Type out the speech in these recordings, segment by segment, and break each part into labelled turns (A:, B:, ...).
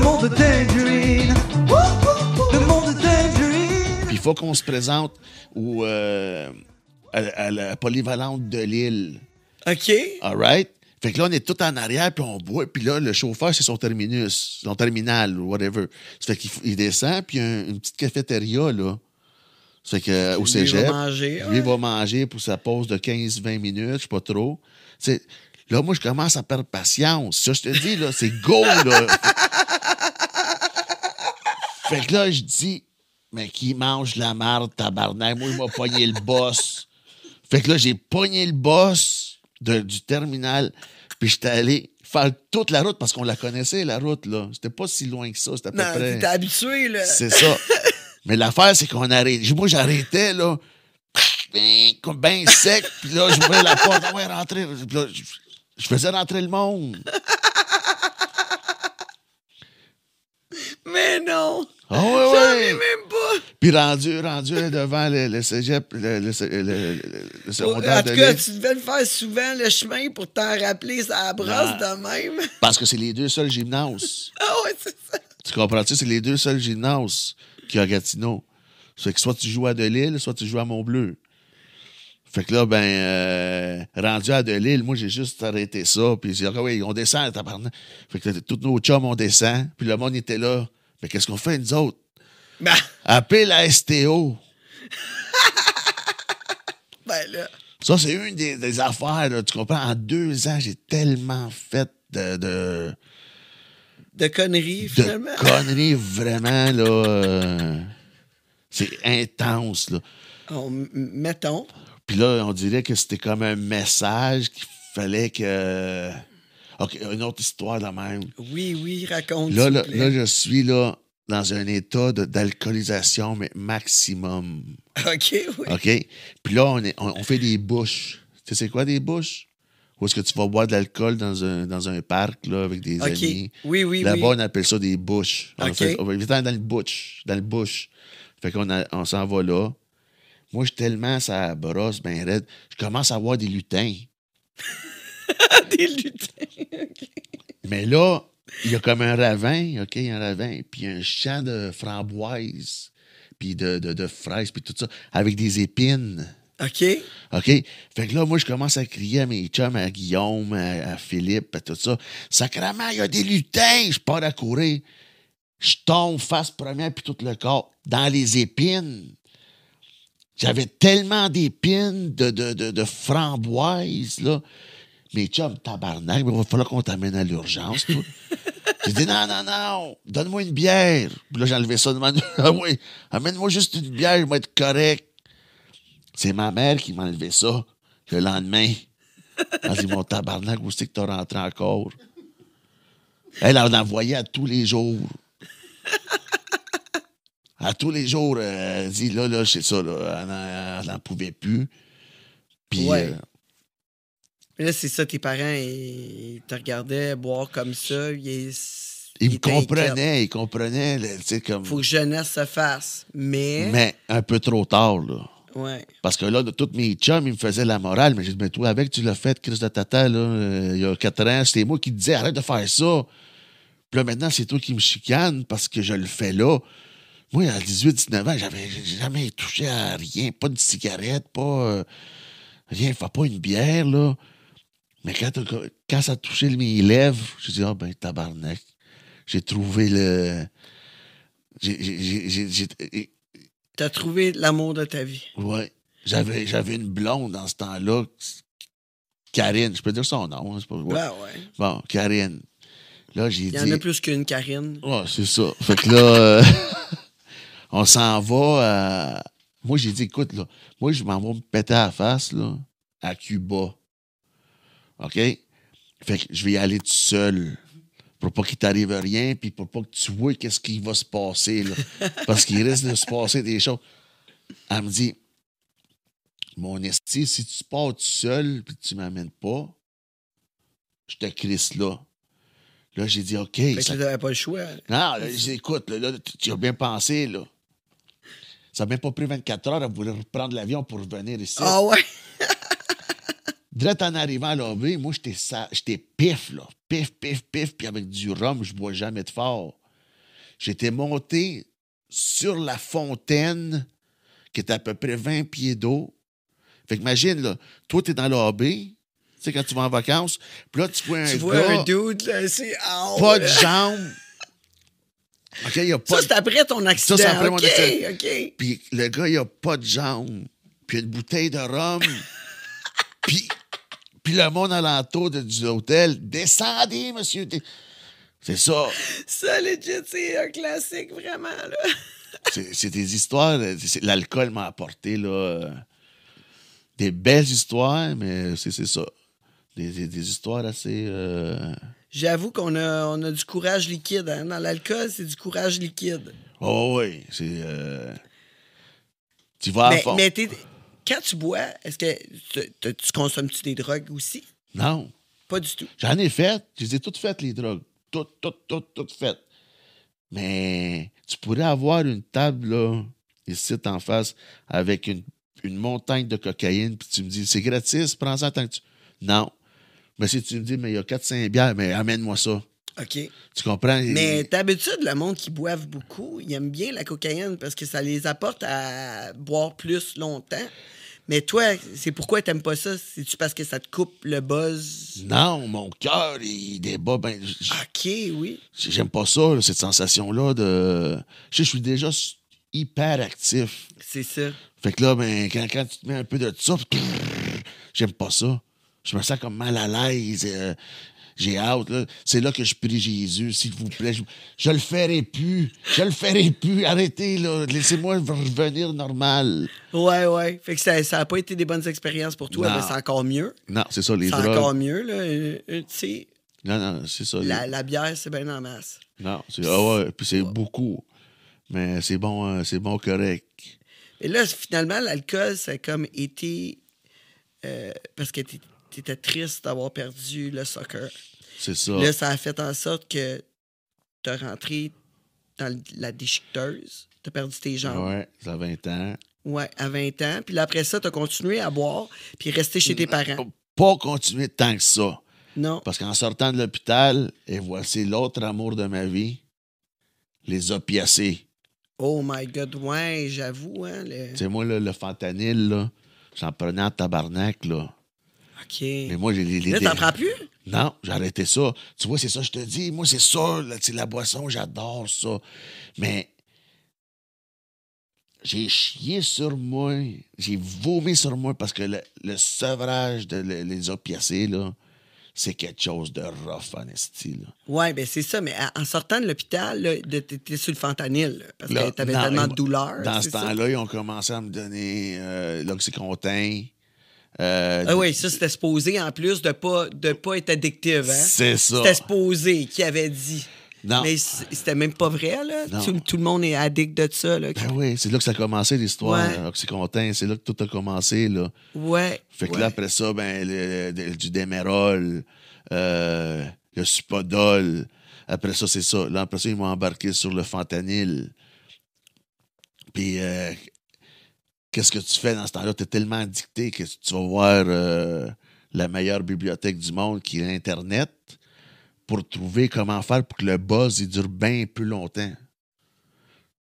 A: monde de Tangerine. Wouh, wouh, wouh. Le monde de Tangerine.
B: Puis il faut qu'on se présente au, euh, à, à la polyvalente de Lille.
C: OK.
B: All right? Fait que là, on est tout en arrière, puis on boit. Puis là, le chauffeur, c'est son terminus, son terminal, ou whatever. Ça fait qu'il f- il descend, puis il y a un- une petite cafétéria, là. Ça fait que, euh, au
C: Lui
B: cégep,
C: va manger, ouais.
B: lui va manger pour sa pause de 15-20 minutes, je sais pas trop. Tu sais, là, moi, je commence à perdre patience. Ça, je te dis, là, c'est go, là. fait que là, je dis, mais qui mange la marde, tabarnak? Moi, il m'a pogné le boss. Fait que là, j'ai pogné le boss de- du terminal, puis j'étais allé faire toute la route parce qu'on la connaissait, la route, là. C'était pas si loin que ça, c'était à peu
C: Non,
B: près.
C: Euh, t'es habitué, là.
B: Ah, C'est ça. Mais l'affaire, c'est qu'on arrête. Moi, j'arrêtais, là, comme ben sec, puis là, j'ouvrais la porte, Ah ouais, rentrer. Puis là, je- je faisais rentrer le monde.
C: Mais non!
B: Ah ouais,
C: J'en ai
B: ouais.
C: même pas!
B: Puis rendu, rendu devant le, le cégep, le, le, ce- le- le- le secondaire
C: en
B: de
C: tout cas,
B: Lille,
C: tu devais le faire souvent, le chemin, pour t'en rappeler, ça brosse
B: Non.
C: de même.
B: parce que c'est les deux seuls gymnases.
C: Ah ouais, c'est ça.
B: Tu comprends-tu? C'est les deux seuls gymnases qu'il y a à Gatineau. C'est que soit tu joues à Delille, soit tu joues à Montbleu. Fait que là, ben, euh, rendu à Delille, moi, j'ai juste arrêté ça. Puis j'ai dit, Ah ouais, on descend, tabarnak. Fait que là, tous nos chums, on descend. Puis le monde était là. Mais qu'est-ce qu'on fait, nous autres? Bah.
C: Ben,
B: Appelle la STO.
C: ben là.
B: Ça, c'est une des, des affaires, là, tu comprends? En deux ans, j'ai tellement fait de, de,
C: De conneries,
B: de
C: finalement.
B: conneries, vraiment, là. euh, c'est intense, là.
C: On- m- mettons.
B: Puis là, on dirait que c'était comme un message qu'il fallait que. OK, une autre histoire de même.
C: Oui, oui, raconte.
B: Là,
C: s'il
B: là,
C: vous plaît.
B: là, je suis là dans un état de- d'alcoolisation mais maximum.
C: OK, oui.
B: OK? Puis là, on, est- on- on fait des bouches. Tu sais, c'est quoi des bouches? Où est-ce que tu vas boire de l'alcool dans un, dans un parc là, avec des
C: OK.
B: amis?
C: Oui, oui,
B: Là-bas,
C: oui.
B: on appelle ça des bouches. On
C: OK.
B: fait- on va évidemment dans le bouche. Dans le bouche. Fait qu'on a- on s'en va là. Moi, je suis tellement ça brosse, ben raide. Je commence à voir des lutins. Ah.
C: Des lutins.
B: Mais là, il y a comme un ravin, OK, un ravin, puis un champ de framboises, puis de, de, de fraises, puis tout ça, avec des épines.
C: OK.
B: OK? Fait que là, moi, je commence à crier à mes chums, à Guillaume, à, à Philippe, à tout ça. Sacrement, il y a des lutins! Je pars à courir. Je tombe face première, puis tout le corps, dans les épines. J'avais tellement d'épines, de, de, de, de framboises, là. Mes chums, tabarnak, mais il va falloir qu'on t'amène à l'urgence, toi. J'ai dit, non, non, non, donne-moi une bière. Puis là, j'enlevais ça de ma... Ah oui, amène-moi juste une bière, je vais être correct. C'est ma mère qui m'a enlevé ça le lendemain. Elle dit Mon tabarnak, où c'est que t'as rentré encore Elle en envoyait à tous les jours. À tous les jours, euh, elle dit Là, là, c'est ça, là, elle en- elle n'en pouvait plus. Puis,
C: Ouais.
B: euh,
C: Mais là, c'est ça, tes parents, ils te regardaient boire comme ça. Ils,
B: il
C: ils
B: me
C: étaient inquiets.
B: comprenait, il comprenait, là, tu sais, comme.
C: Faut que jeunesse se fasse. Mais.
B: Mais un peu trop tard, là.
C: Ouais.
B: Parce que là, de toutes mes chums, ils me faisaient la morale. Mais j'ai dit, mais toi, avec, tu l'as fait, Chris de Tata, là, euh, il y a quatre ans, c'était moi qui te disais, arrête de faire ça. Puis là, maintenant, c'est toi qui me chicane parce que je le fais là. Moi, à 18, 19 ans, j'avais j'ai jamais touché à rien. Pas de cigarette, pas. euh, rien, fais pas une bière, là. Mais quand, t'as- quand ça a touché mes lèvres, j'ai dit, ah ben, tabarnak. J'ai trouvé le. j'ai- j'ai- j'ai- j'ai- j'ai-
C: T'as trouvé l'amour de ta vie.
B: Ouais. J'avais, j'avais une blonde dans ce temps-là, Karine. Je peux dire son nom, hein, c'est pas ouais.
C: Ah, Ouais, ouais.
B: Bon, Karine. Là, j'ai
C: Il y
B: dit.
C: en a plus qu'une, Karine.
B: Ouais, c'est ça. Fait que là, euh, on s'en va. à- Moi, j'ai dit, écoute, là, moi, je m'en vais me péter à la face, là, à Cuba. OK? Fait que je vais y aller tout seul. Pour pas qu'il t'arrive rien, puis pour pas que tu vois qu'est-ce qui va se passer, là. Parce qu'il risque de se passer des choses. Elle me dit, mon esti, si tu pars tout seul, puis tu m'amènes pas, je te crisse là. Là, j'ai dit, OK.
C: Fait
B: ça-
C: que t'avais pas le choix.
B: non, là, j'ai dit, écoute, là, là, tu, tu as bien pensé, là. Ça n'a même pas pris 24 heures à vouloir reprendre l'avion pour revenir ici.
C: Ah ouais.
B: Direct en arrivant à l'OB, moi, j'étais sa- j'étais pif, là. Pif, pif, pif, puis avec du rhum, je bois jamais de fort. J'étais monté sur la fontaine qui est à peu près 20 pieds d'eau. Fait que imagine, là, toi, t'es dans le lobby, tu sais, quand tu vas en vacances, puis là, tu vois un
C: Tu
B: gars,
C: vois un dude, là, c'est. Ah,
B: pas de
C: là.
B: jambes. OK, il a pas
C: Ça,
B: de-
C: c'est après ton accident.
B: c'est après mon
C: OK,
B: accident.
C: OK.
B: Puis le gars, il a pas de jambes. Puis une bouteille de rhum. puis, puis le monde alentour de, de l'hôtel. Descendez, monsieur. Des- C'est ça.
C: Ça, legit, c'est un classique, vraiment, là.
B: C'est c'est des histoires. euh, c'est- L'alcool m'a apporté là, euh, des belles histoires, mais c'est c'est ça. Des, des- des histoires assez. euh,
C: J'avoue qu'on a, on a du courage liquide. hein. Dans l'alcool, c'est du courage liquide.
B: Oh oui, c'est. euh, Tu vas à
C: mais
B: fond.
C: mais t'es- quand tu bois, est-ce que tu- tu tu consommes-tu des drogues aussi?
B: Non.
C: Pas du tout.
B: J'en ai fait. Je les ai toutes faites, les drogues. Toutes, toutes, toutes, toutes faites. Mais tu pourrais avoir une table, là, ici, en face, avec une, une montagne de cocaïne, puis tu me dis, c'est gratis, prends-en tant que tu. Non. Mais si tu me dis, mais il y a 4-5 bières, mais amène-moi ça.
C: OK.
B: Tu comprends?
C: Mais d'habitude, le monde qui boive beaucoup, ils aiment bien la cocaïne parce que ça les apporte à boire plus longtemps. Mais toi, c'est pourquoi t'aimes pas ça? C'est-tu parce que ça te coupe le buzz?
B: Non, mon cœur, il débat. Ben, j- j-
C: OK, oui.
B: j'aime pas ça, là, cette sensation-là de. Je sais, je suis déjà s- hyper actif.
C: C'est ça.
B: Fait que là, ben, quand, quand tu te mets un peu de ça, pis- j'aime pas ça. Je me sens comme mal à l'aise. euh, j'ai hâte. là. C'est là que je prie Jésus, s'il vous plaît. Je, je le ferai plus. Je le ferai plus. Arrêtez, là. Laissez-moi revenir normal.
C: Ouais, ouais. Fait que ça, ça a pas été des bonnes expériences pour toi,
B: Non.
C: mais c'est encore mieux.
B: Non, c'est ça, les
C: C'est
B: drogues.
C: encore mieux, là. Euh, euh, Tu sais,
B: Non, non, c'est ça. les-
C: la, la bière, c'est bien en masse.
B: Non, c'est. Ah ouais, puis c'est beaucoup. Mais c'est bon, euh, c'est bon, correct.
C: Et là, finalement, l'alcool, ça a comme été. euh, parce que t'é- t'étais triste d'avoir perdu le soccer.
B: C'est ça.
C: Là, ça a fait en sorte que t'as rentré dans le- la déchiqueteuse. T'as perdu tes jambes.
B: Ah Ouais, ça a 20 ans.
C: Ouais. à 20 ans. Puis là, après ça, t'as continué à boire, puis resté chez tes parents.
B: Pas continuer tant que ça.
C: Non.
B: Parce qu'en sortant de l'hôpital, et voici l'autre amour de ma vie, les opiacés.
C: Oh my God, ouais, j'avoue, hein. le-
B: Tu sais, moi, là, le fentanyl, là, j'en prenais en tabarnak, là. Mais
C: OK.
B: moi, j'ai les... les-
C: Là, t'en prends plus?
B: Non, j'ai arrêté ça. Tu vois, c'est ça, je te dis. Moi, c'est ça, là, tu sais, la boisson, j'adore ça. Mais j'ai chié sur moi, j'ai vomi sur moi parce que le, le sevrage de le- les opiacés, là, c'est quelque chose de rough, en esti, là.
C: Ouais, ben c'est ça, mais à- en sortant de l'hôpital, là, de- t'étais sur le fentanyl, là, parce
B: Là,
C: que t'avais
B: non,
C: tellement
B: et
C: de
B: moi,
C: douleur.
B: Dans ce
C: c'est ça?
B: temps-là, ils ont commencé à me donner euh, l'oxycontin. euh,
C: Ah oui, ça, c'était supposé, en plus, de pas, de pas être addictive, hein.
B: C'est ça.
C: C'était supposé qui avait dit.
B: Non.
C: Mais c- c'était même pas vrai, là.
B: Non.
C: Tout, tout le monde est addict de ça, là.
B: Ben oui, c'est là que ça a commencé l'histoire,
C: Ouais.
B: euh, l'oxycontin. C'est là que tout a commencé. Là.
C: Ouais.
B: Fait que
C: ouais.
B: là, après ça, ben, le- le- du Demerol, euh, le Supodol. Après ça, c'est ça. Là, après ça, ils m'ont embarqué sur le fentanyl. Puis, euh, qu'est-ce que tu fais dans ce temps-là? Tu es tellement addicté que tu vas voir euh, la meilleure bibliothèque du monde qui est Internet pour trouver comment faire pour que le buzz il dure bien plus longtemps.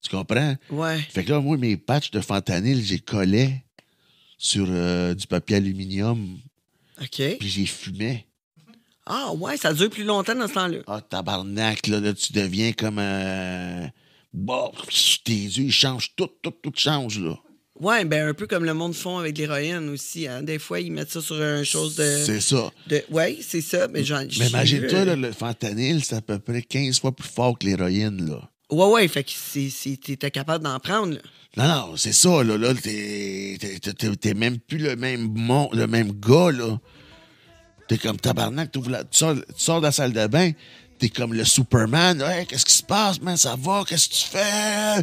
B: Tu comprends?
C: Ouais.
B: Fait que là, moi, mes patchs de fentanyl, j'ai collé sur euh, du papier aluminium,
C: OK.
B: puis j'ai fumé.
C: Ah, ouais, ça dure plus longtemps dans ce temps-là.
B: Ah, tabarnak, là, là, tu deviens comme... Euh, bon, tes yeux, ils changent, tout, tout, tout change, là.
C: Ouais, ben un peu comme le monde font avec l'héroïne aussi, hein. Des fois, ils mettent ça sur une chose de.
B: C'est ça.
C: de... Ouais, c'est ça. Mais, j'en- j'ai
B: Mais imagine-toi,
C: vu,
B: là,
C: euh,
B: le fentanyl, c'est à peu près 15 fois plus fort que l'héroïne, là.
C: Ouais, ouais, fait que c'est- c'est- t'étais capable d'en prendre, là.
B: Non, non, c'est ça, là. Là, t'es t'es- t'es- t'es même plus le même, mon, le même gars, là. T'es comme tabarnak, t'ouvres la- tu, sors, tu sors de la salle de bain, t'es comme le Superman. Hey, qu'est-ce qui se passe, man? Ça va? Qu'est-ce que tu fais?